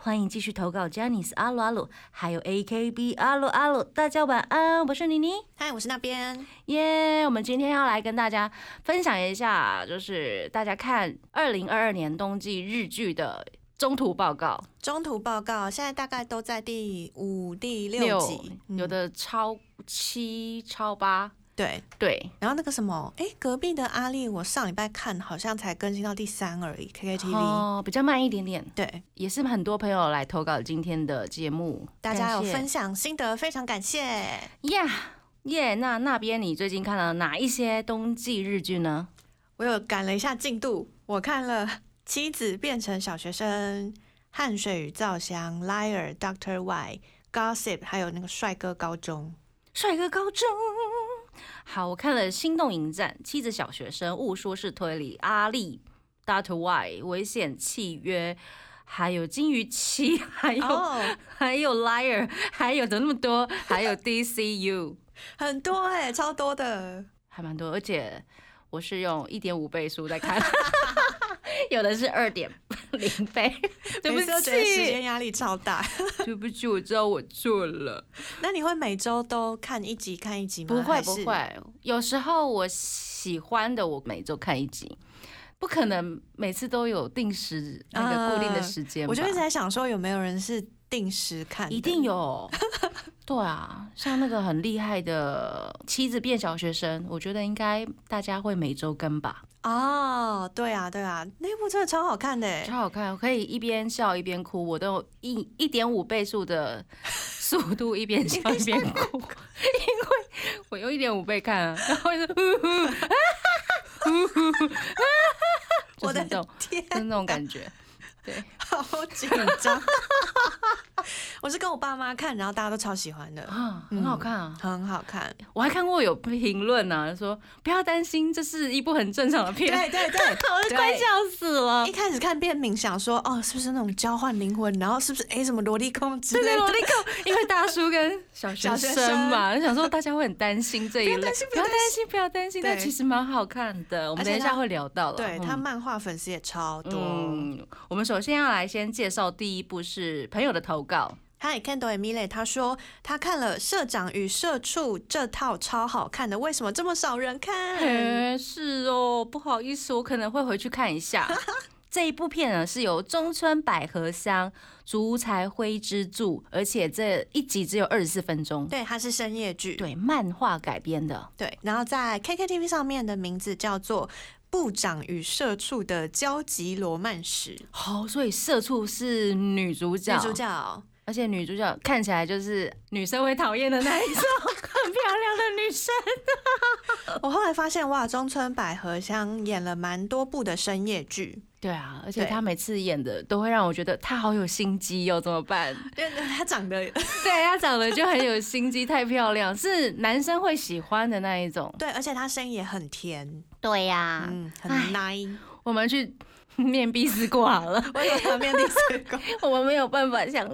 欢迎继续投稿 j a n i c e 阿鲁阿鲁，还有 AKB 阿鲁阿鲁。大家晚安，我是妮妮。嗨，我是那边。耶我们今天要来跟大家分享一下，就是大家看二零二二年冬季日剧的中途报告，中途报告现在大概都在第五、第六集，嗯有的超七、超八，对。对，然后那个什么，哎，隔壁的阿丽，我上礼拜看好像才更新到第三而已，KKTV。哦，比较慢一点点，对，也是很多朋友来投稿今天的节目，大家有感谢分享心得，非常感谢。呀耶那那边你最近看了哪一些冬季日剧呢？我有赶了一下进度，我看了《妻子变成小学生》《汗水与皂香》《Liar》《Doctor Y》《Gossip》，还有那个帅哥高中。帅哥高中。好，我看了《心动迎战》《妻子小学生》《误说是推理》《阿丽》《Dot Y》《危险契约》，还有《金鱼妻》，还有、哦，还有《Liar》，还有的那么多，还有 DCU，很多哎、超多的。还蛮多，而且我是用一点五倍速在 看，有的是二点零倍。对不每次都觉得时起，间压力超大。对不起，我知道我错了。那你会每周都看一集看一集吗？不会嗯还是不。会，有时候我喜欢的，我每周看一集，不可能每次都有定时那个固定的嗯时间吧、我就一直在想说，有没有人是定时看的？一定有。对啊，像那个很厉害的妻子变小学生，我觉得应该大家会每周跟吧，哦，对啊对啊，那部真的超好看的。欸 超好看，我可以一边笑一边哭，我都有一一点五倍速 的速度一边笑一边哭，因为我用一点五倍看啊，然后 就呜呼，啊哈哈呜呼啊哈哈我的就是那种天，啊就是那种感 觉。对，好紧张。 我是跟我爸妈看，然后大家都超喜 欢的，啊，很好看啊！很好看。我还看过有评论啊，说不要担心，这是一部很正常的片，对对 对，我 快笑死了一。开始看片名想说，哦，是不是那种交换灵魂？然后是不是哎什么萝莉控之对对，类的萝？莉控，因为大叔跟小学小学生嘛，想说大家会很担心这一类，不不要要担担心，不要担心，但对其实蛮好看的，我们而且等一下它会聊到了。对他嗯漫画粉丝也超多。嗯，我们首先要来先介绍第一部是朋友的投稿，嗨，Kendo Emile，他说他看了《社长与社畜》这套超好看的，为什么这么少人看？哎、是哦，不好意思，我可能会回去看一 下。这一部片呢是由中村百合香、竹才辉之助，而且这一集只有二十四分钟，对，它是深夜剧，对，漫画改编的。对然后在 KKTV 上面的名字叫做《部长与社畜的交集罗曼史》，好、所以社畜是女主角，女主，角而且女主角看起来就是女生会讨厌的那一种，很漂亮的女生。我后来发现，哇，中村百合香演了蛮多部的深夜剧，对啊，而且对她每次演的都会让我觉得她好有心机哦，怎么办？因为她长得 对，她长得就很有心机，太漂亮，是男生会喜欢的那一种 。对，而且她声音也很甜，对呀、嗯，哎很奶。我们去面壁思过好了，我有旁边第四个， 我们没有办法想。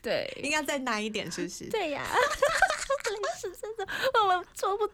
对，应该再奶一点，是不 是？对 呀、类似这种我们做不到。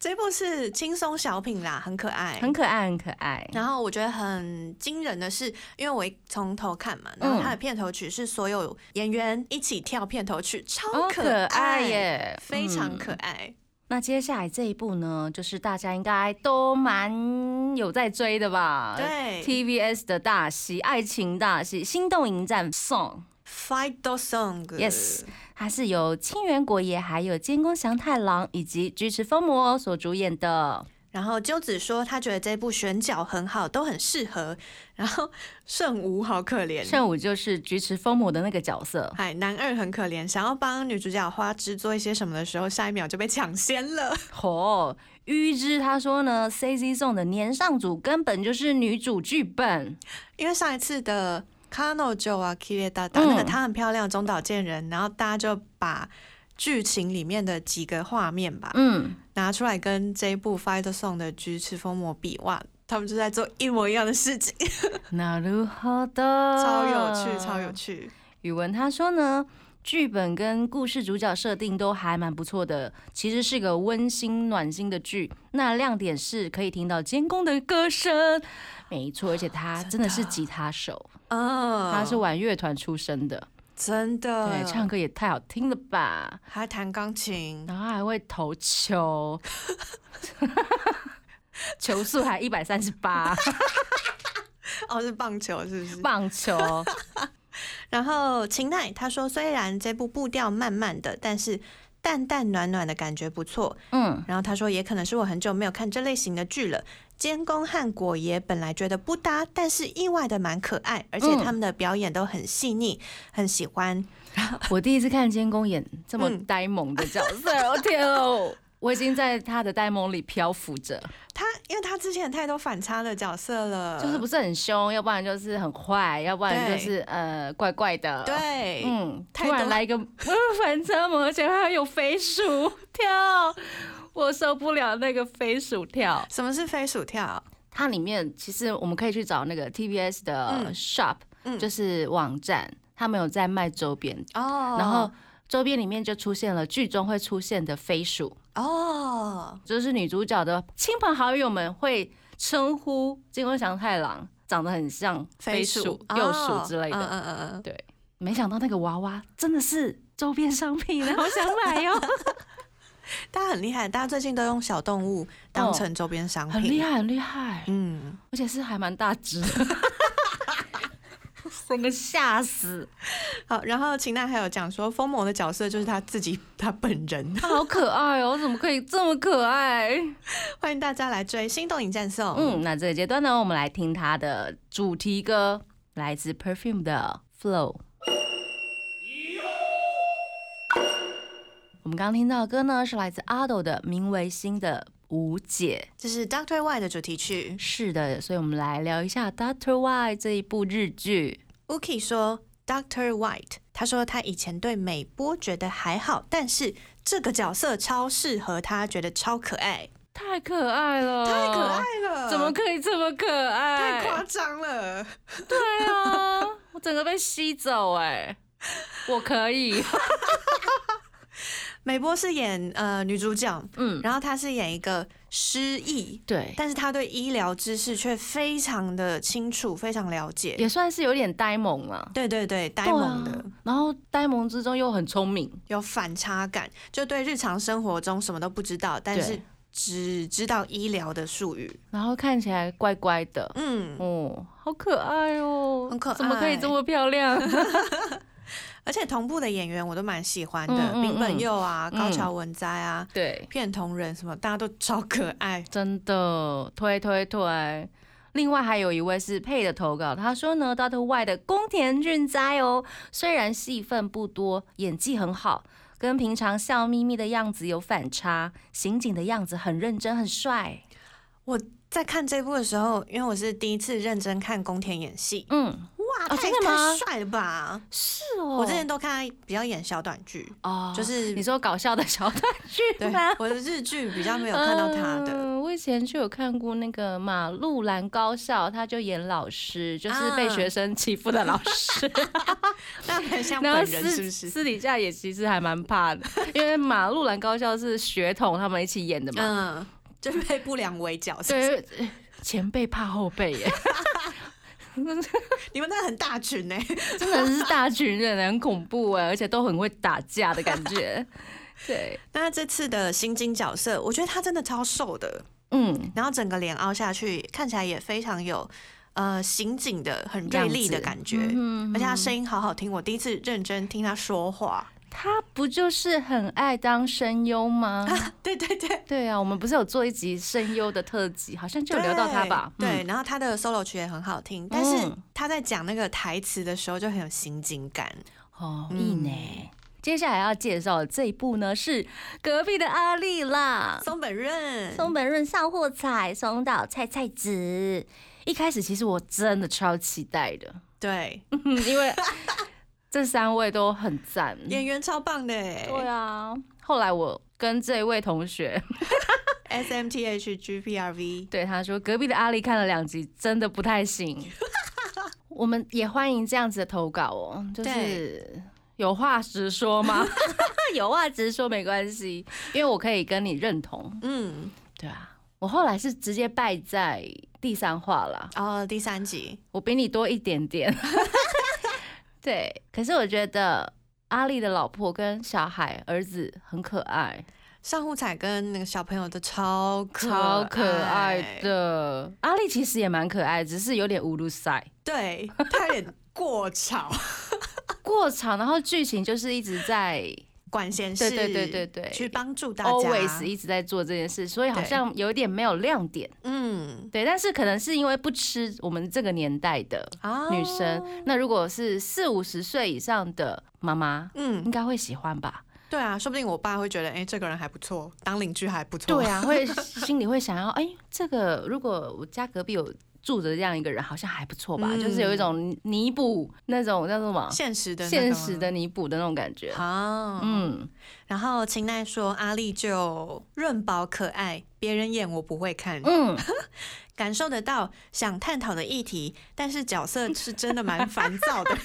这部是轻松小品啦，很可爱。很可爱，很可爱。然后我觉得很惊人的是，因为我一从头看嘛，然嗯后它的片头曲是所有演员一起跳片头曲，超哦，可爱爱，耶，非常嗯可爱。那接下来这一部呢，就是大家应该都蛮有在追的吧？对，TVS 的大戏，爱情大戏《心动迎战 Song》， Fight the song, Yes 它是由清源果也还有监工祥太郎以及菊池风磨所主演的。然后鸠子说，他觉得这部选角很好，都很适合。然后圣武好可怜，圣武就是菊池风磨的那个角色。哎，男二很可怜，想要帮女主角花枝做一些什么的时候，下一秒就被抢先了。哦，预知他说呢，C C 送的年上组根本就是女主剧本。因为上一次的 Kano Jo 啊 Kiri 大大嗯那个她很漂亮中岛健人，然后大家就把剧情里面的几个画面吧、 嗯，拿出来跟这一部 Fight Song 的《菊池风磨》比，哇，他们就在做一模一样的事情，なるほど，超有趣，超有。趣。宇文他说呢，剧本跟故事主角设定都还蛮不错的，其实是个温馨暖心的剧。那亮点是可以听到监工的歌声，没错，而且他啊真的是吉他手，嗯，他是玩乐团出身的，真的，啊对，唱嗯歌也太好听了吧，还弹钢琴，然后还会投球。 球速还一百三十 八，哦，是棒球是不是？棒球，然后秦奈她说，虽然这部步调慢慢的，但是淡淡暖暖的感觉不错。嗯，然后她说，也可能是我很久没有看这类型的剧了。监工和果爷本来觉得不搭，但是意外的蛮可爱，而且嗯他们的表演都很细腻，很喜欢。 我第一次看监工演这么嗯呆萌的角色， 我、天哦！我已经在他的呆萌里漂浮着，她因为她之前太多反差的角色了，就是不是很凶，要不然就是很坏，要不然对就是呃怪怪的。，对，嗯，太突然多来一个 呃反差萌，而且还有飞鼠跳，我受不了那个飞鼠跳。什么是飞鼠跳？它里面其实我们可以去找那个 TBS 的嗯 shop，、嗯就是网站，他们有在卖周边，哦然后周边里面就出现了剧中会出现的飞鼠。哦，就是女主角的亲朋好友们会称呼金光祥太郎长得很像飞鼠、啊幼鼠之类的。哦嗯嗯嗯嗯，没想到那个娃娃真的是周边商品呢，好想买哦 哟、大家很厉害，大家最近都用小动物当成周边商品，哦很厉害，很厉害，嗯，而且是还蛮大 只的。整个吓 死，好。然后秦娜还有讲说，疯魔的角色就是他自己，他本人。它好可爱哦！怎么可以这么可爱？欢迎大家来追《心动影战颂》。嗯，那这个阶段呢，我们来听它的主题歌，来自 Perfume 的《Flow》。我们刚刚听到的歌呢，是来自阿斗的名为《新的无解这是 Doctor Y 的主题曲》。。是的，所以我们来聊一下《Doctor Y》这一部日剧。 Uki 说，Doctor White，他说他以前对美波觉得还好，但是这个角色超适合他，觉得超可爱，太可爱了，太太可爱，了，怎么可以这么可爱？太夸张了？对啊，我整个被吸走哎、我可以，美波是演呃女主角，嗯，然后她是演一个失忆，对，但是她对医疗知识却非常的清楚，非常了解。也算是有点呆萌了、对对对，呆萌的、对啊然后呆萌之中又很聪明，有反差感，就对日常生活中什么都不知道，但是对只知道医疗的术语。然后看起来乖乖的，嗯，哦，好可爱哦，很可爱怎么可以这么漂 亮？而且同步的演员我都蛮喜欢的，嗯嗯丙本佑啊、嗯高桥文哉啊、对，片桐人什么，大家都超可爱。真的推推推。另外还有一位是配的投稿，他说呢，Doctor Y 的宫田俊哉哦，虽然戏份不多，演技很好，跟平常笑眯眯的样子有反差，刑警的样子很认真，很帅。在看这部的时候，因为我是第一次认真看宫田演戏，嗯，哇，哦太、真的吗太帅了吧！是哦 我之前都看他比较演小短剧，哦，就是你说搞笑的小短剧对吗？我的日剧比较没有看到他的。嗯我以前就有看过那个马路兰高校，他就演老师，就是被啊学生欺负的老师， 那很像然后本人是私不是？私底下也其实还蛮怕的，因为马路兰高校是学统他们一起演的嘛，嗯，就被不良围剿。是不是，对，前辈怕后辈耶，你们那很大群欸呢、真的是大群人，很恐怖哎，而且都很会打架的感觉，对， 那这次的新金角色，我觉得他真的超瘦的，嗯，然后整个脸凹下去，看起来也非常有呃刑警的很锐利的感觉，嗯而且他声音好好听，我第一次认真听他说话。他不就是很爱当声优 吗？ 对对对。对啊，我们不是有做一集声优的特辑，好像就有聊到他吧？嗯对，对然后他的 solo 曲也很好听，但是嗯他在讲那个台词的时候就很有刑警感。哦，意呢。接下来要介绍的这一部呢是隔壁的阿丽啦，松本润，松本润、上货彩、松岛菜菜子。一开始其实我真的超期待的， 对，嗯因为 这三位都很赞。演员超棒的欸耶，对啊，后来我跟这位同学， s M T H G P R V，对他说，隔壁的阿丽看了两集，真的不太 行。我们也欢迎这样子的投稿哦，就是有话直说吗？ 有话直说没关系， 因为我可以跟你认同。嗯，对啊，我后来是直接败在第三话啦，哦，第三集，我比你多一点 点。对，可是我觉得阿丽的老婆跟小孩儿子很可爱，上户彩跟那个小朋友都超可超可爱，的。阿丽其实也蛮可爱，只是有点无路塞，对，他有点过吵，过场，然后剧情就是一直在管闲事，对对对对对去帮助大家 always 一直在做这件事，所以好像有点没有亮点。嗯对，但是可能是因为不吃我们这个年代的啊女生，那如果是四五十岁以上的妈妈，应嗯，该会喜欢吧？对啊，说不定我爸会觉得，哎、这个人还不错，当邻居还不错，对啊， 会心里会想要，哎、这个如果我家隔壁有住着这样一个人，好像还不错吧？嗯就是有一种弥补那种叫什么现实的那个现吗实的弥补的那种感觉。啊，嗯。嗯，然后秦奈说阿丽就润薄可爱，别人演我不会看，嗯，感受得到想探讨的议题，但是角色是真的蛮烦躁 的，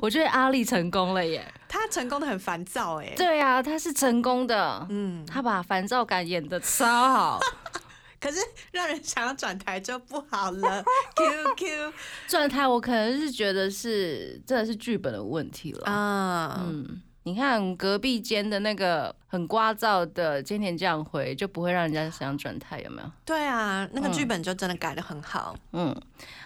我觉得阿丽成功了 耶。他成功的很烦躁哎、对啊，她是成功的，嗯，她把烦躁感演的超好， 可是让人想要转台就不好了。QQ 转台我可能是觉得是真的是剧本的问题了。啊，嗯，你看隔壁间的那个很聒噪的菅田将晖，就不会让人家想转台，有没有？对啊，那个剧本就真的改的很好。嗯，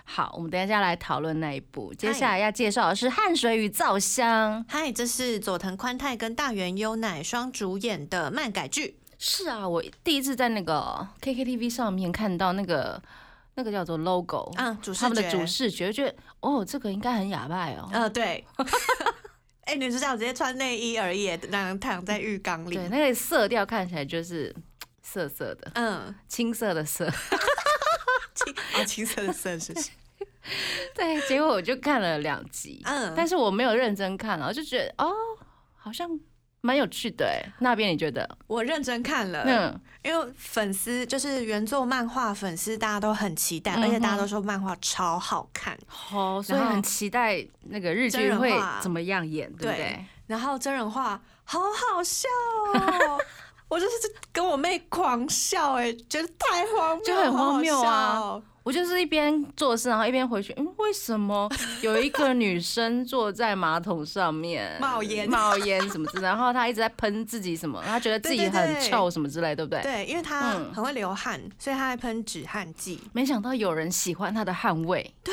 好，我们等一下来讨论那一部。接下来要介绍的是《汗水与皂香》。嗨，这是佐藤宽太跟大原优乃双主演的漫改剧，是啊，我第一次在那个 KKTV 上面看到那个那个叫做 logo，、嗯，主视他们的觉主视觉，觉得哦，这个应该很哑巴哦。呃，对。 哎、女主角直接穿内衣而已，然后躺在浴缸里对，。那个色调看起来就是嘖色色的，嗯，青色的色。 青哦，青色的色是不是？对，结果我就看了两集，嗯，但是我没有认真看啊，我就觉得哦，好像蛮有趣的哎。那边你觉得？我认真看了，嗯，因为粉丝就是原作漫画粉丝，大家都很期嗯待，而且大家都说漫画超好看。好，所以然后很期待那个日真剧人会化怎么样演，对不对？然后真人化好好笑 哦，我就是跟我妹狂笑哎、觉得太荒谬，就很荒谬啊好好笑哦我就是一边做事，然后一边回去，嗯，为什 么有一个女生坐在马桶上面冒烟冒烟什么之类的，然后她一直在喷自己什么，她觉得自己对对对很臭什么之类，对不对？对，因为她嗯很会流汗，所以她还喷止汗剂。没想到有人喜欢她的汗味，对，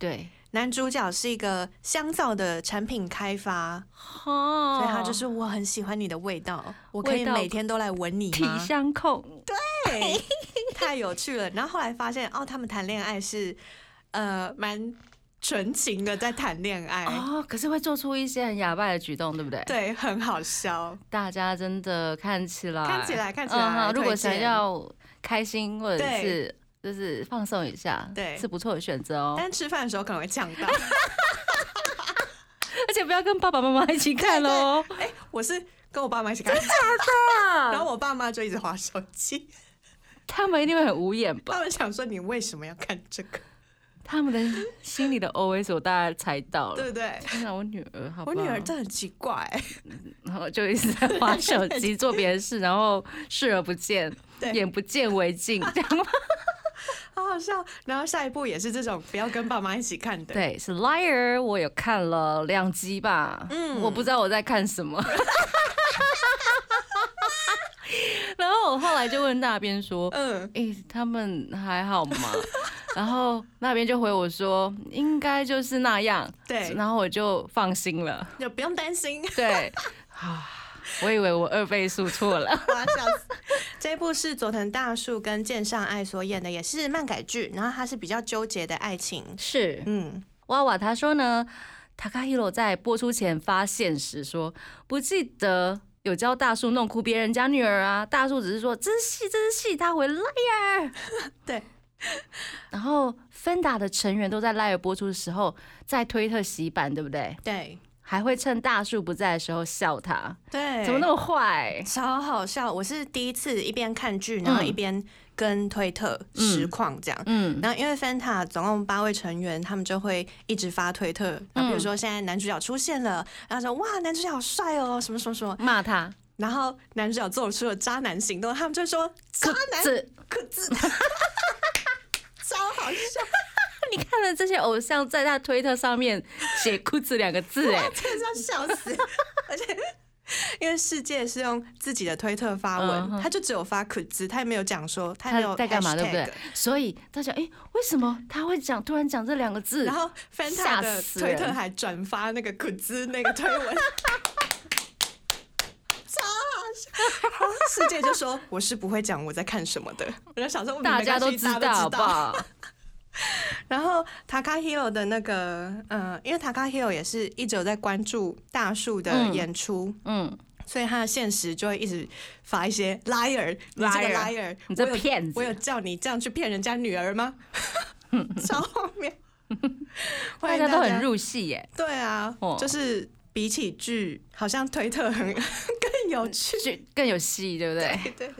对，男主角是一个香皂的产品开发，哦所以他就是我很喜欢你的味道，我可以味道每天都来闻你体吗？相控，对， 太有趣了。然后后来发现，哦，他们谈恋爱是呃蛮纯情的，在谈恋爱，哦，可是会做出一些很哑巴的举动，对不对？，对，很好笑。大家真的看起来，看起来看起来嗯哼如果推荐想要开心或者对是就是放松一下，对是不错的选择哦。但吃饭的时候可能会呛 到。而且不要跟爸爸妈妈一起看哦。哎、我是跟我爸妈一起看，然后我爸妈就一直划手 机，他们一定会很无言吧他？们想说你为什么要看这个，他们的心里的 OS 我大概猜 到对了。不对？天哪，我女儿好不我好，女儿真的很奇怪、哎然后就一直在玩手 机做别的事，然后视而不见，对眼不见为净，这样吗？好好笑。然后下一部也是这种不要跟爸妈一起看的，对，是 Liar，我有看了两集吧，嗯我不知道我在看什么。 然后我后来就问大边说，嗯，诶、他们还好吗？ 然后那边就回我说，应该就是那样。对然后我就放心了。就不用担心。对， 啊，我以为我二倍数错了。我要笑死！ 这一部是佐藤大树跟剑上爱所演的，也是漫改剧，然后它是比较纠结的爱情。是嗯，娃娃他说呢，Takahiro 在播出前发现时说，不记得。有教大树 弄哭别人家女儿啊！大树只是说这是戏，这是戏，他回 liar。对，然后芬达的成员都在 Live 播出的时候，在推特洗版，对不对？对还会趁大树不在的时候笑他，对，怎么那么么坏？超好笑？我是第一次一边看剧，然后嗯一边跟推特实况这样。嗯，然后因为 Fanta 总共八位成员，他们就会一直发推特，然后比如说现在男主角出现了，然后说哇男主角好帅哦，什么什么什么，骂他，然后男主角做出了渣男行动，他们就说渣男这可字， 超好笑，你看了这些偶像在他推特上面写“ 裤子”两个字，哎， 真的是要笑 死，而且。因为世界是用自己的推特发文嗯哼他就只有发可字，他也没有讲说，他也没他有在干嘛， hashtag 对不对？所以大家哎，为什么他会讲突然讲这两个字？然后 Fanta 吓的死推特人还转发那个可兹那个推文，超好笑。然后世界就说我是不会讲我在看什么的，我就想说嗯大家都没关知道，系大家好不都知道。好？然后 Takahiro 的那个，呃，因为 Takahiro 也是一直有在关注大树的嗯演出， 嗯，所以他的现实就会一直发一些 liar，你这个 Liar liar，你这我有骗子我有叫你这样去骗人家女 儿吗？超后面，大家都很入戏耶，对啊，哦就是比起剧，好像推特很 更有趣。就更有戏，对不对？对，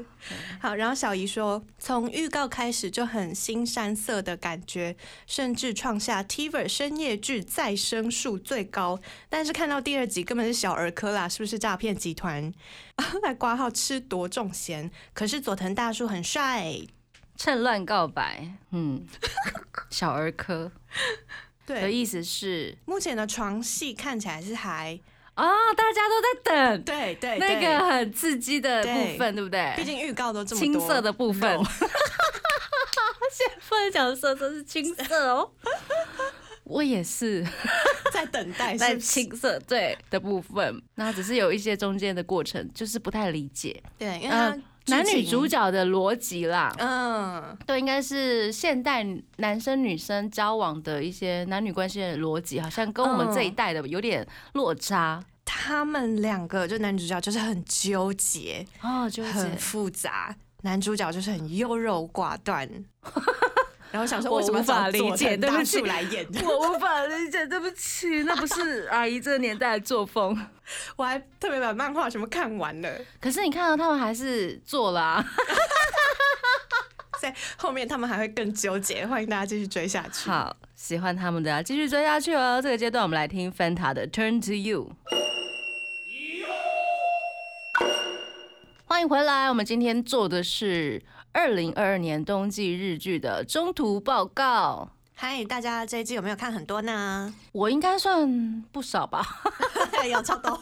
好。然后小姨说，从预告开始就很新山色的感觉，甚至创下 TVer 深夜剧再生数最高。但是看到第二集根本是小儿科啦，是不是诈骗集团？ 来挂号吃多重咸，可是佐藤大叔很帅。趁乱告白， 嗯，小儿科的对，意思是目前的床戏看起来是还啊、大家都在等对对那对个很刺激的部分，对不对？毕竟预告都这么多，青涩的部分， 现在不能讲色，这是青涩 哦。我也是在等待，在是不是青涩对的部分，那只是有一些中间的过程，就是不太理解。对，因为它嗯、男女剧情主，角的逻辑啦，嗯，对，应该是现代男生女生交往的一些男女关系的逻辑，好像跟我们这一代的有点落差他们两个就男女主角就是很纠结，哦，就是很复杂，男主角就是很优柔寡 断。然后想说，我为什么要无法找佐理解藤对不大起树来演？我无法理解，对不起，那不是阿姨这个年代的作风。 我还特别把漫画什么看完了， 可是你看啊到他们还是做了、啊，所以后面他们还会更纠结。欢迎大家继续追下去。好喜欢他们的、啊，继续追下去哦。这个阶段我们来听 Fanta 的《Turn to You》。欢迎回来，我们今天做的是二零二二年冬季日剧的中途报告。嗨，大家这一季有没有看很多 呢？我应该算不少吧， 有超 多，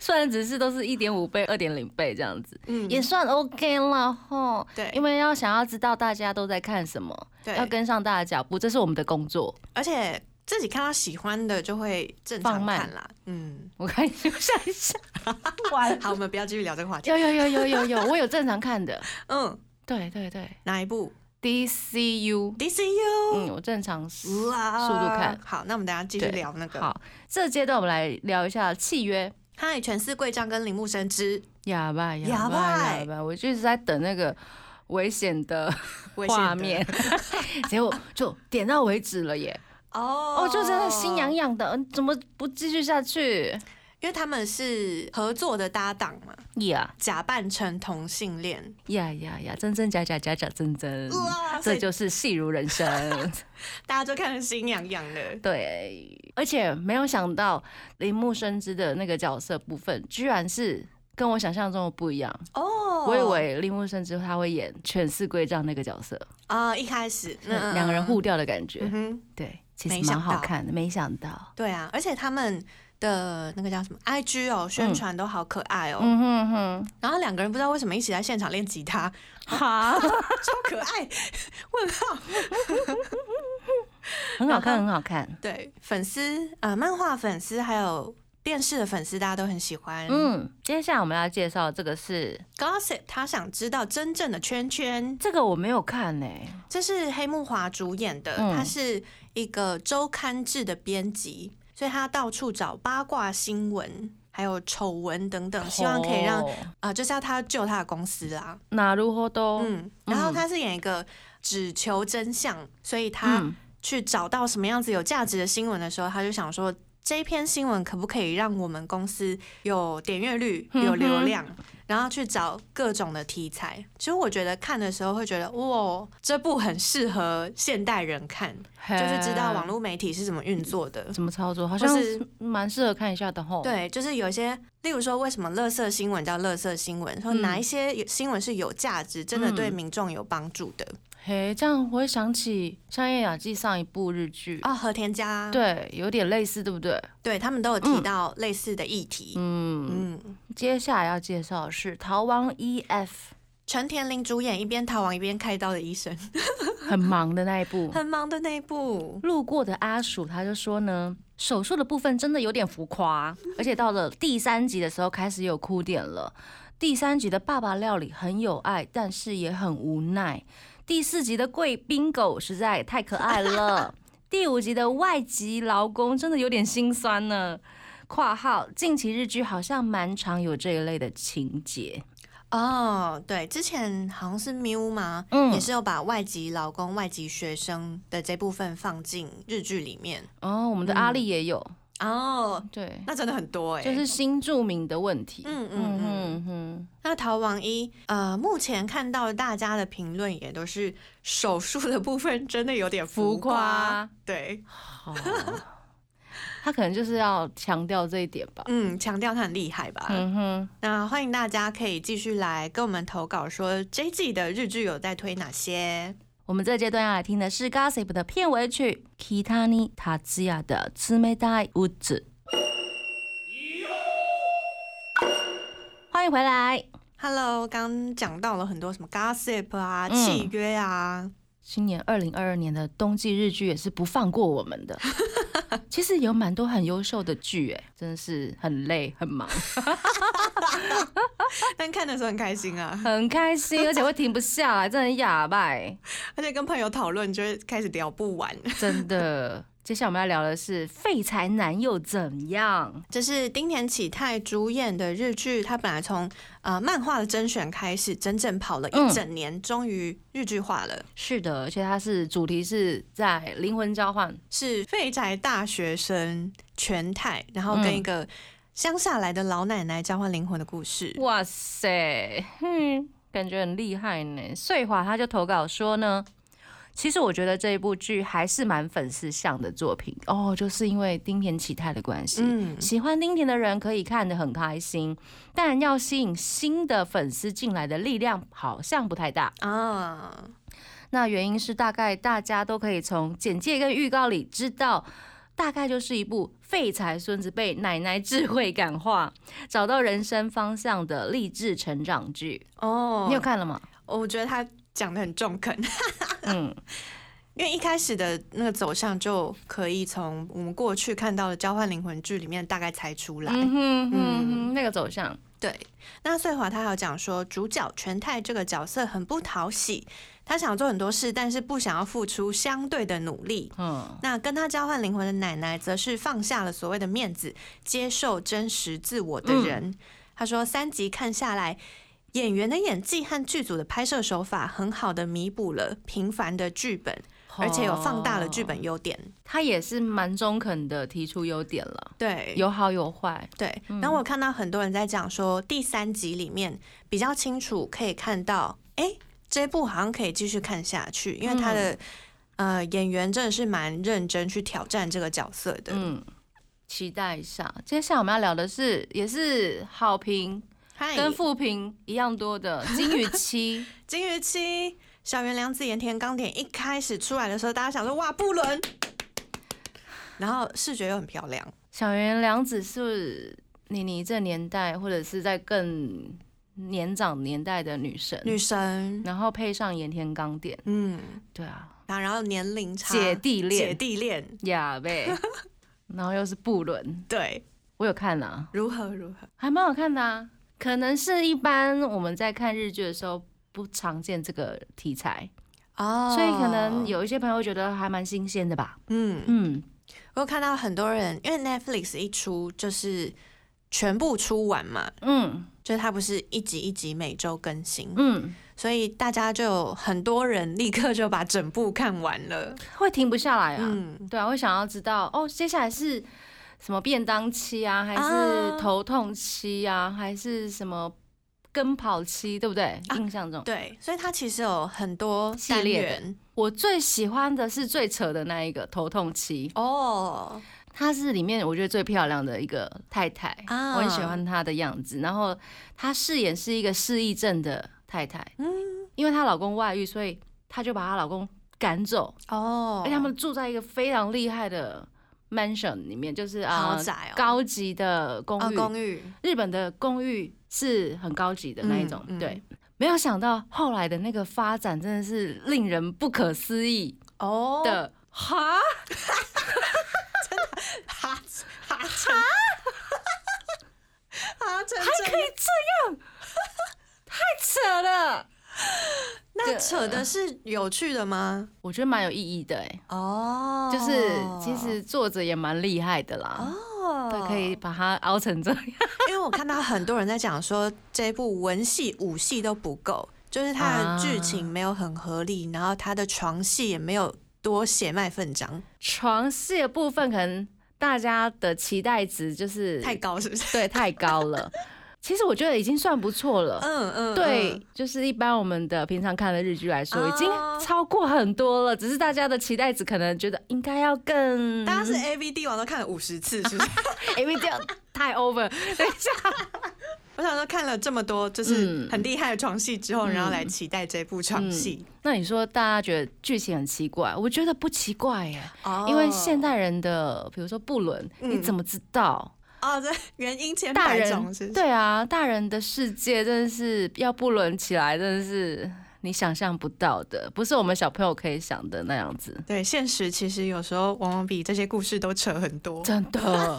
虽然只是都是一点五倍、二点零倍这样子，嗯，也算 OK 了吼。对因为要想要知道大家都在看什么，对要跟上大家脚步，这是我们的工作。而且自己看到喜欢的就会正常放慢看啦。嗯，我看 你们想一下，完，好，我们不要继续聊这个话题。有有有有有有，我有正常看的，嗯，对对对哪一部，DCU， ？DCU。嗯，我正常哇哦速度看好，那我们等一下继续对聊那个。好。这阶段我们来聊一下契约。嗨，全是贵丈跟铃木生之哑巴哑巴哑巴哑巴，我就一直在等那个危险的危险的画面， 结果就点到为止了耶。哦哦，就真的心痒，痒的，嗯怎么不继续下去因为他们是合作的搭档嘛，呀假扮成同性恋，呀呀呀，真真假假，假假真真，哇所这以就是戏如人 生。大家就看着心痒痒的。对，而且没有想到铃木生之的那个角色部分，居然是。跟我想象中的不一样，哦我以为铃木生之他会演犬饲贵丈那个角色，啊，一开始嗯两个人互调的感觉嗯，哼，对，其实没蛮想好到看的，没想到，对啊，而且他们的那个叫什么 IG 哦，宣传都好可爱哦。嗯哼哼，然后两个人不知道为什么一起在现场练吉他，好，超 可爱。很好看，然很后好看，对，粉丝呃，漫画粉丝还有电视的粉丝，大家都很喜欢。嗯嗯，接下来我们要介绍这个是，Gossip 他想知道真正的圈圈，这个我没有看呢、这是黑木华主演的，嗯他是一个周刊制的编辑，所以他到处找八卦新闻。还有丑闻等等，嗯希望可以哦让啊、就是要他救他的公司啦。哪如何都嗯嗯，然后他是演一个只求真相，所以他嗯去找到什么样子有价值的新闻的时候，他就想说。这篇新闻可不可以让我们公司有点阅率、嗯哼有流量，然后去找各种的题材？其实我觉得看的时候会觉得，哇，这部很适合现代人看，就是知道网络媒体是怎么运作的。怎么操作，好或像是蛮适合看一下的吼。，对，就是有一些，例如说，为什么垃圾新闻叫垃圾新闻？说嗯哪一些有新闻是有价值，真的对嗯民众有帮助的？嘿，这样我会想起《香艳雅纪》上一部日剧，哦，和田家，对，有点类似，对不对？对他们都有提到类似的议题。嗯，嗯，接下来要介绍的是《逃亡 E EF》， 陈田林主演一边逃亡一边开刀的医生，很忙的那一部。很忙的那一部。路过的阿鼠他就说呢，手术的部分真的有点浮夸，而且到了第三集的时候开始有哭点了。第三集的爸爸料理很有爱，但是也很无奈。第四集的贵宾狗实在也太可爱 了。第五集的外籍劳工真的有点心酸呢。（括号近期日剧好像蛮常有这一类的情节。哦，对，之前好像是 Miu 嘛，嗯也是有把外籍劳工、外籍学生的这部分放进日剧里面。哦，我们嗯的阿丽也有，哦，对，那真的很多哎、就是新著名的问题。嗯嗯嗯嗯嗯那逃亡一，呃，目前看到大家的评论也都是手术的部分真的有点浮浮夸夸，对，好， 他可能就是要强调这一点吧。嗯，强调他很厉害吧。嗯哼，那欢迎大家可以继续来跟我们投稿，说这一季的日剧有在推哪些？我们这阶段要来听的是《Gossip》的片尾曲《Kitani Tatsuya》的《姊妹大屋子》。欢迎回来， Hello，刚讲到了很多什么 gossip 啊、嗯契约啊， 今年二零二二年的冬季日剧也是不放过我们的。其实有蛮多很优秀的剧，哎，真的是很累很忙，但看的时候很开心啊， 很开心，而且会停不下来，真的很哑巴哎。而且跟朋友讨论就会开始聊不完。 真的。接下来我们要聊的是废柴男又怎样？这是丁田启泰主演的日剧，他本来从呃漫画的甄选开始，整整跑了嗯一整年，终于日剧化了，是的，而且它是主题是在灵魂交换，是废宅大学生全泰，然后跟嗯一个乡下来的老奶奶交换灵魂的故事。哇塞，嗯，感觉很厉害呢。穗华他就投稿说呢，其实我觉得这一部剧还是蛮粉丝向的作品哦，就是因为丁田启泰的关系，嗯，喜欢丁田的人可以看得很开心，但要吸引新的粉丝进来的力量好像不太大。啊，那原因是大概大家都可以从简介跟预告里知道，大概就是一部废柴孙子被奶奶智慧感化，找到人生方向的励志成长剧。哦，你有看了吗？我觉得他讲的很中肯，嗯，因为一开始的那个走向就可以从我们过去看到的交换灵魂剧里面大概猜出来。嗯哼哼 哼，那个走向，对，那穗华他还有讲说，主角全泰这个角色很不讨喜，他想做很多事，但是不想要付出相对的努力。嗯，那跟他交换灵魂的奶奶，则是放下了所谓的面子，接受真实自我的人。嗯他说，三集看下来，演员的演技和剧组的拍摄手法，很好的弥补了平凡的剧本，而且有放大了剧哦，本优点。他也是蛮中肯的提出优点了，对，有嗯好有坏，对，然后我看到很多人在讲说，第三集里面比较清楚可以看到，哎、这部好像可以继续看下去，因为他嗯的、呃演员真的是蛮认真去挑战这个角色的。嗯。期待一下，接下来我们要聊的是，也是好评嗨、跟负评一样多的《金鱼期》，金鱼期小原良子、盐田刚典一开始出来的时候，大家想说哇不伦，然后视觉又很漂亮，小原良子是妮妮这年代，或者是在更年长年代的女神，女神，然后配上盐田刚典，嗯，对啊，然后年龄差，姐弟姐恋，弟恋，呀呗，然后又是布伦，对，我有看啊，如何如何？还蛮好看的啊。可能是一般我们在看日剧的时候不常见这个题材，哦所以可能，有一些朋友觉得还蛮新鲜的吧。嗯。嗯，我有看到很多人，因为 Netflix 一出就是全部出完嘛，嗯，就是它不是一集一集每周更新，嗯，所以大家就有很多人立刻就把整部看完了。会停不下来啊。嗯，对啊，会想要知道哦，接下来是什么便当期啊，还啊是头痛期啊，还是什么跟跑期，对不对？啊印象中，对，所以它其实有很多系单列的元我最喜欢的是最扯的那一个头痛期，哦，她是里面我觉得最漂亮的一个太太，啊我很喜欢她的样子。然后她饰演是一个失忆症的太太，嗯，因为她老公外遇，所以她就把她老公赶走，哦而，且他们住在一个非常厉害的 mansion 里面，就是啊、豪宅哦，高级的公哦寓，公寓，日本的公寓是很高级的那一种，嗯嗯对。没有想到后来的那个发展真的是令人不可思议哦的，哈，哈哈哈！哈晨还可以， 扯了，那扯的是有趣的吗？我觉得蛮有意义的哎、哦就是其实作者也蛮厉害的啦，哦对，可以，把它熬成这样，因为我看到很多人在讲说这部文戏武戏都不够，就是它的剧情没有很合理，然后它的床戏也没有多血脉奋张，床戏的部分可能大家的期待值就是太高是不是？对太高了，其实我觉得已经算不错了，嗯嗯，对嗯，，就是一般我们的平常看的日剧来说，已经哦超过很多了，只是大家的期待值可能觉得应该要更，哎大家是 A V D 王都看了五十次， 是不是？因为这 样太 over。等一下，我想说看了这么多就是嗯很厉害的床戏之后，然后来嗯期待这部床戏，那你说大家觉得剧情很奇怪，我觉得不奇怪耶，哦嗯因为现代人的，比如说不伦，嗯你怎么知道？哦，这原因千大百种人是不是对啊，大人的世界真的是要不伦起来，真的是你想象不到的，不是我们小朋友可以想的那样子。对，现实其实有时候往往比这些故事都扯很多，真 的，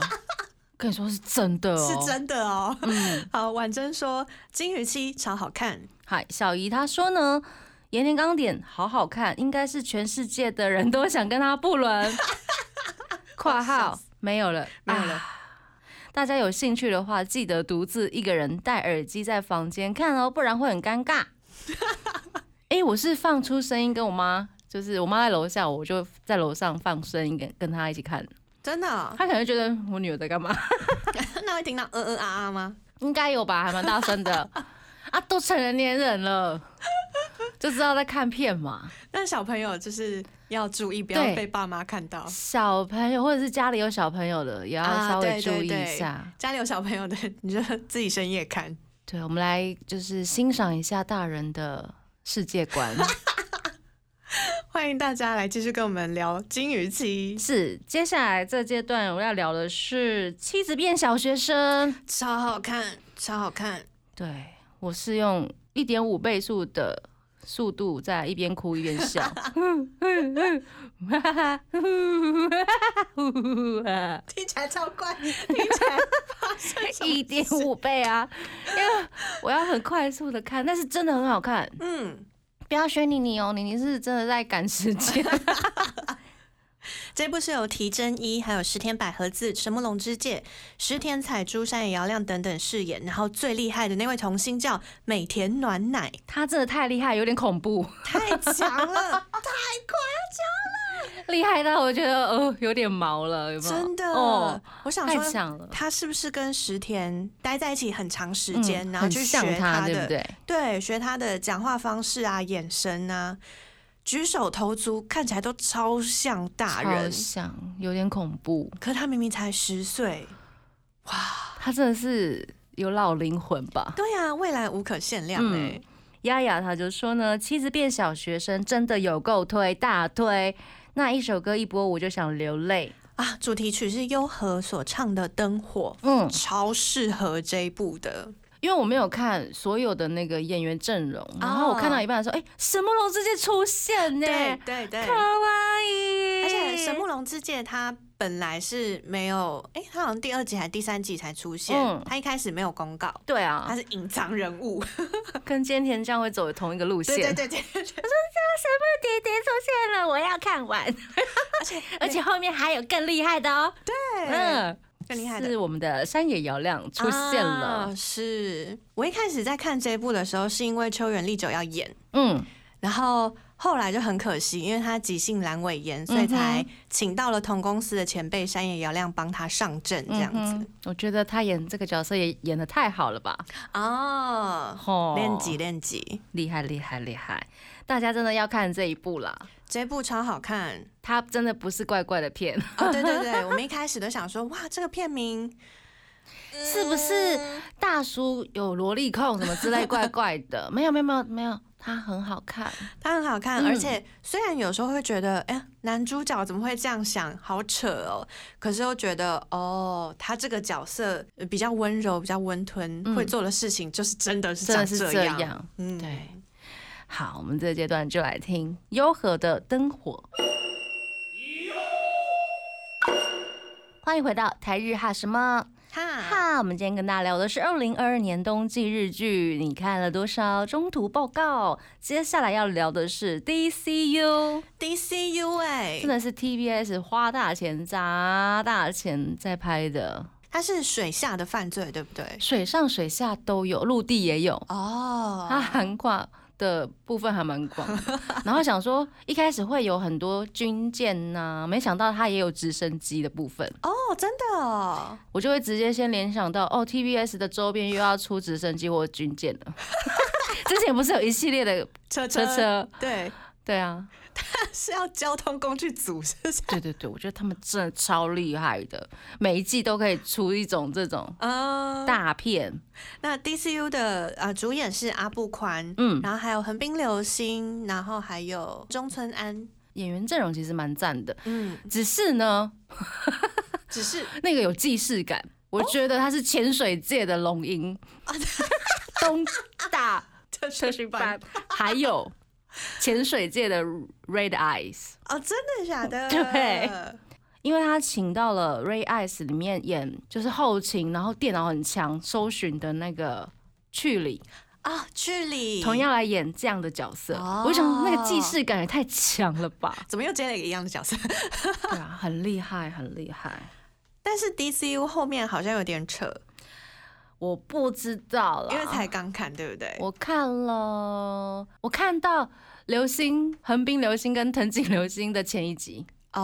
跟你说是真的、哦，是。真的哦。嗯， 好，婉珍说《金鱼期》超好看，嗨，小姨她说呢，岩田刚典好好看，应该是全世界的人都想跟她不 伦。（括号没有了，没有了啊大家有兴趣的话，记得独自一个人戴耳机在房间看哦，不然会很尴 尬。哎、我是放出声音跟我妈，就是我妈在楼下，我就在楼上放声音跟跟她一起看，真 的哦、她可能觉得我女儿在干嘛。那会听到嗯嗯啊啊吗？应该有吧，还蛮大声 的啊，都成了年人了，就知道在看片嘛。但小朋友就是要注意，不要对被爸妈看到。小朋友或者是家里有小朋友的，也要啊稍微对注对意对一下。家里有小朋友的，你就自己深夜看。对我们来就是欣赏一下大人的世界观。欢迎大家来继续跟我们聊《金鱼 期》，是，接下来这阶段我要聊的是妻子变小学生。超好看，超好看。对我是用一点五倍速的速度在一边哭一边 笑。听起来超怪，听起来发生 什么一点五倍啊，因为我要很快速的看，但是真的很好看，嗯，不要学妮妮哦，妮妮是真的在赶时 间。这部是由提真一、还有石田百合子、神木隆之介、石田彩珠、山野遥亮等等饰演，然后最厉害的那位童星叫美田暖乃，她真的太厉害，有点恐怖，太强 了，厉害到我觉得呃有点毛了，有没有？真的。哦，我想太说，强了，他是不是跟石田待在一起很长时间，然嗯后很去像学她的，对不对？对学他的讲话方式啊、眼神啊、举手投足，看起来都超像大超人，像，有点恐怖，可他明明才十岁。她真的是有老灵魂吧？对啊，未来无可限量哎、嗯丫丫她就说呢，妻子变小学生真的有够推，大推。那一首歌一播，我就想流泪。啊，主题曲是优和所唱的《灯火》，嗯，超适合这一部的。因为我没有看所有的那个演员阵容，然后哦我看到一半的时候，哎、神木隆之介出现呢、对对可爱，而且神木隆之介他本来是没有，哎、他好像第二集还是第三集才出现，嗯他一开始没有公告，对他啊，是隐藏人物。跟菅田将会走同一个路线。对对 对对对对，蝶蝶出现了，我要看完，而且而且后面还有更厉害的哦。对，嗯，更厉害的是我们的山野遥亮出现了。啊是我一开始在看这一部的时候，是因为秋元丽久要演，嗯，然后后来就很可惜，因为他急性阑尾炎，所以才请到了同公司的前辈山野遥亮帮他上阵这样子嗯。哼我觉得他演这个角色也演的太好了吧？嗯哦，哦练级练级，厉害厉害厉害！大家真的要看这一部啦，这部超好看它真的不是怪怪的片，哦！对对对，我们一开始都想说，哇，这个片名是不是？大叔有萝莉控什么之类怪怪的？没有没有没有没有，它很好看。它很好看，嗯而且虽然有时候会觉得，哎、呀，男主角怎么会这样想，好扯哦。可是又觉得，哦，他这个角色呃比较温柔，比较温吞，嗯会做的事情就是真的是真长的是这这样。样嗯对。好，我们这个阶段就来听优和的《灯火》。欢迎回到台日哈什么哈，哈？我们今天跟大家聊的是二零二二年冬季日剧，你看了多少？中途报告。接下来要聊的是 DCU， DCU 哎、真的是 TBS 花大钱砸大钱在拍的，它是水下的犯罪，对不对？水上水下都有，陆地也有。哦，它涵跨的部分还蛮 广的，然后想说一开始会有很多军舰呐、没想到它也有直升机的部分，哦，真的哦，我就会直接先联想到哦，TBS 的周边又要出直升机或军舰 了。之前不是有一系列的车车车？对，对啊，是要交通工具组，是不是？对对对，我觉得他们真的超厉害的，每一季都可以出一种这种啊、大片，那 DCU 的呃主演是阿布宽，嗯，然后还有横滨流星，然后还有中村安，演员阵容其实蛮赞的，嗯，只是呢，只 是那个有既视感，我觉得他是潜水界的龙 吟，东大特特训班，还有潜水界的 Red Eyes，哦，真的假 的？对，因为他请到了 Red Eyes 里面演就是后勤，然后电脑很强，搜寻的那个。去里啊，距离同样来演这样的角色，哦？我想那个既视感也太强了吧怎么又接了一个一样的角 色？对啊，很厉害，很厉害。但是 DCU 后面好像有点扯，我不知道了，因为才刚看，对不对？我看了，我看到流星、横滨流星跟藤井流星的前一集，哦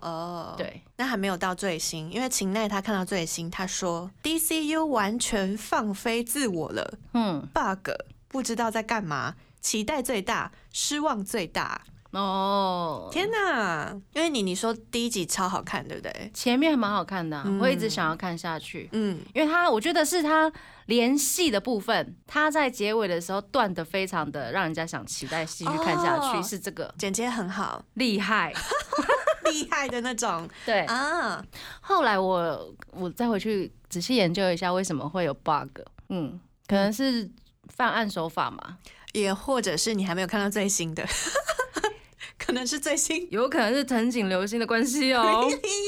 哦，，对，那还没有到最新，因为秦奈她看到最新，她说 DCU 完全放飞自我了。嗯， bug，不知道在干嘛，期待最大，失望最大。哦，天哪！因为你你说第一集超好看，对不对？前面还蛮好看的啊、嗯我一直想要看下去，嗯，因为它我觉得是它连戏的部分，它在结尾的时候断的非常的让人家想期待继续看下去，哦是这个剪接很好，厉害， 厉害的那种 对。啊！后来我我再回去仔细研究一下为什么会有 bug，嗯，可能是犯案手法嘛，也或者是你还没有看到最新的， 可能是最新。有可能是藤井流星的关系 哦，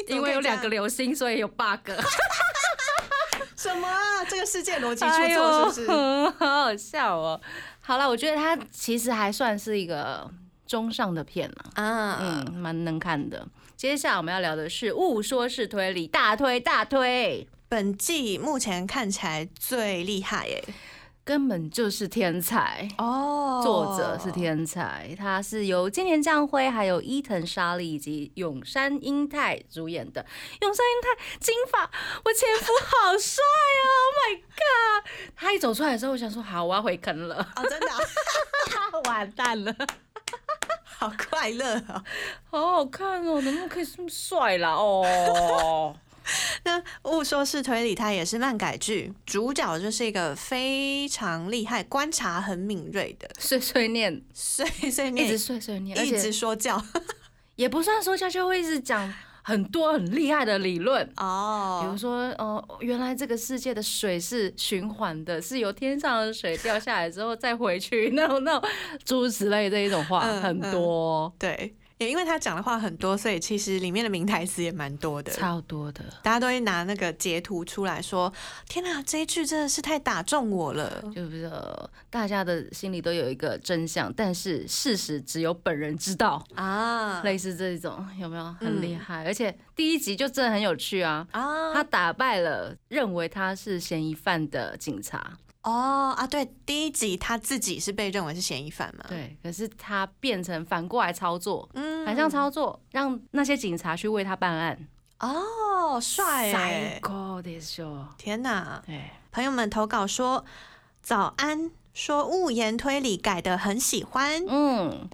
因为有两个流星，所以有 bug。什么啊？这个世界逻辑哎出呦错是不是？好好笑哦。好了，我觉得它其实还算是一个中上的片了， 啊，嗯，蛮能看的。接下来我们要聊的是误说式推理，大推大推，本季目前看起来最厉害耶！根本就是天才。哦作者是天才，他是由今年将辉、还有伊藤沙莉以及永山英太主演的。永山英太金发，我前夫好帅啊！Oh my god！他一走出来的时候，我想说，好，我要回坑了，哦，真的啊、 完蛋了，好快乐哦！好好看哦，怎么可以这么帅啦？ 哦，那《误说式推理》它也是漫改剧，主角就是一个非常厉害、观察很敏锐的 碎碎念，碎碎一念，直碎碎念，而一直且说教 也不算说教，就会一直讲很多很厉害的理论。比如哦。说，哦，原来这个世界的水是循环的，是由天上的水掉 下来之后再回去，那种那种诸如此类这一种话嗯很多。对，也因为他讲的话很多，所以其实里面的名台词也蛮多的。超多的，大家都会拿那个截图出来说：“天哪，这一句真的是太打中我了。就是呃大家的心里都有一个真相，但是事实只有本人知道。” 啊类似这种有没有很厉嗯害？而且第一集就真的很有趣啊！啊他打败了认为他是嫌疑犯的警察，哦啊！对，第一集他自己是被认为是嫌疑犯嘛？，对，可是他变成反过来操作，嗯反向操作，让那些警察去为他办案。哦，帅哎！高的秀，天哪，对，朋友们投稿说：“早安，说物言推理改的很喜欢。嗯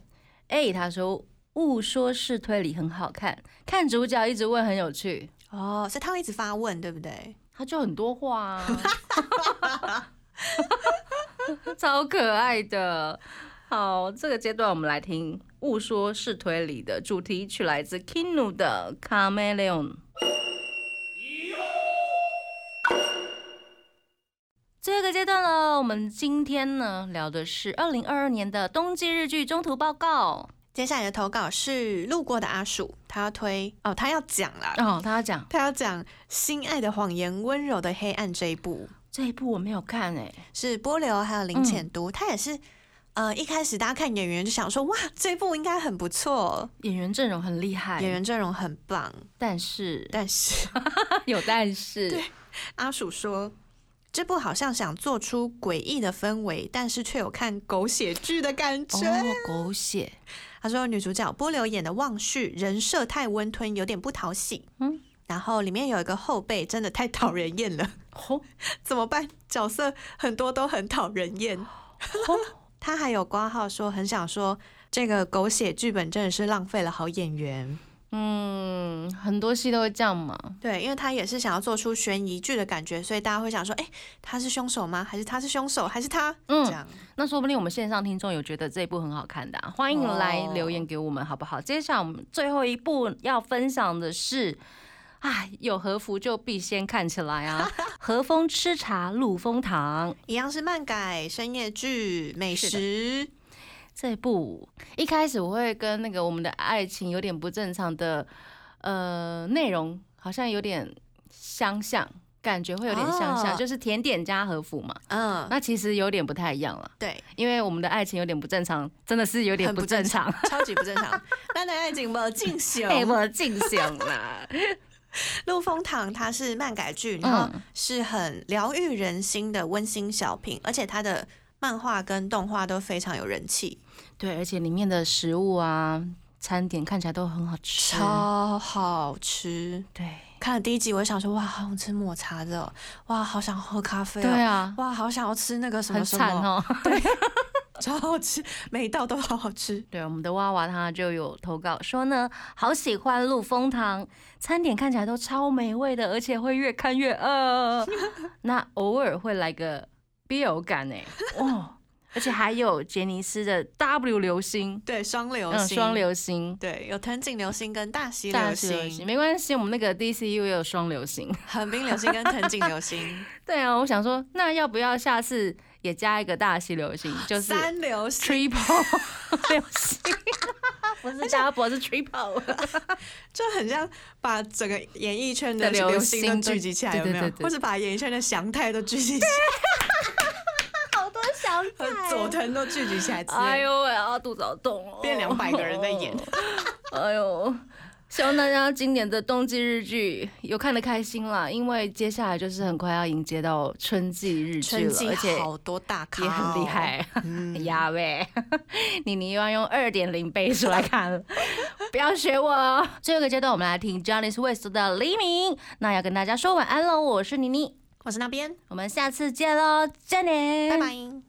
，A 他说误说是推理很好看，看主角一直问很有趣，”哦，所以他会一直发问，对不对？他就很多话啊， 超可爱的。好，这个阶段我们来听《误说是推理》的主题曲，来自 Kinu 的《Chameleon》。这个阶段了，我们今天呢聊的是二零二二年的冬季日剧中途报告。接下来的投稿是路过的阿鼠，他要推哦，他要讲啦，哦，他要讲他要讲《心爱的谎言：温柔的黑暗》这一部这一部我没有看哎、是波流还有林浅都，他也是呃一开始大家看演员就想说哇，这部应该很不错，演员阵容很厉害，演员阵容很棒，但是但是 有但 是，阿鼠说。这部好像想做出诡异的氛围，但是却有看狗血剧的感觉。哦，狗血，他说女主角波流演的望绪人设太温吞，有点不讨喜。嗯嗯，然后里面有一个后辈真的太讨人厌了， 吼怎么办？角色很多都很讨人厌。吼， 他还有挂号说很想说这个狗血剧本真的是浪费了好演员。嗯，很多戏都会这样嘛。对，因为他也是想要做出悬疑剧的感觉，所以大家会想说，哎、他是凶手吗？还是他是凶手？还是他？这嗯，样那说不定我们线上听众有觉得这一部很好看的啊、欢迎来哦留言给我们，好不好？接下来我们最后一部要分享的是。哎，有和服就必先看起来啊！和风吃茶陆风堂一样是漫改、深夜剧、美食。这一部，一开始我会跟那个我们的爱情有点不正常的，呃，内容好像有点相像，感觉会有点相像，哦就是甜点加和服嘛。嗯，那其实有点不太一样了，对，因为我们的爱情有点不正常，真的是有点很不不正常。超级不正 常。那的爱情没有进 行。哎，我进行啦，陆丰堂它是漫改剧，然后是很疗愈人心的温馨小品，而且它的漫画跟动画都非常有人气， 对，而且里面的食物啊、餐点看起来都很好吃。超好吃。对看了第一集，我就想说，哇，好想吃抹茶的哦，哇，好想喝咖啡、哦，对啊，哇，好想要吃那个什很么什惨么，哦。超好吃，每一道都好好吃。 对，我们的娃娃他就有投稿说呢，好喜欢陆丰堂，餐点看起来都超美味的，而且会越看越 饿。那偶尔会来个 BL 感 哎、哦，而且还有杰尼斯的 W 流星，对，双流嗯，星，双，流星。对，有藤井流星跟大西大流石流星星，没关系，我们那个 DCU 也有双流星。横滨流星跟藤井流星， 对啊，我想说，那要不要下次也加一个大西流星， 就是三流星。 triple 流 星，不是 double 是 triple 就很像把整个演艺圈的的流流星星都都聚集起来，对有对没有对？对或者把演艺圈的祥太都聚集起来， 好多小 和佐藤都聚集起来之哎类的。呦喂啊，肚子好痛哦！变200个人在演， 哎呦！希望大家今年的冬季日剧有看得开心啦，因为接下来就是很快要迎接到春季日剧春了，季而且好多大咖、也很厉。害。哎嗯， 呀喂，你你又要用二点零倍速来看了，不要学我哦。最后一个阶段，我们来听 Johnny West 的《黎明》。那要跟大家说晚安喽，我是妮妮，我是那边，我们下次见喽，再见，拜拜。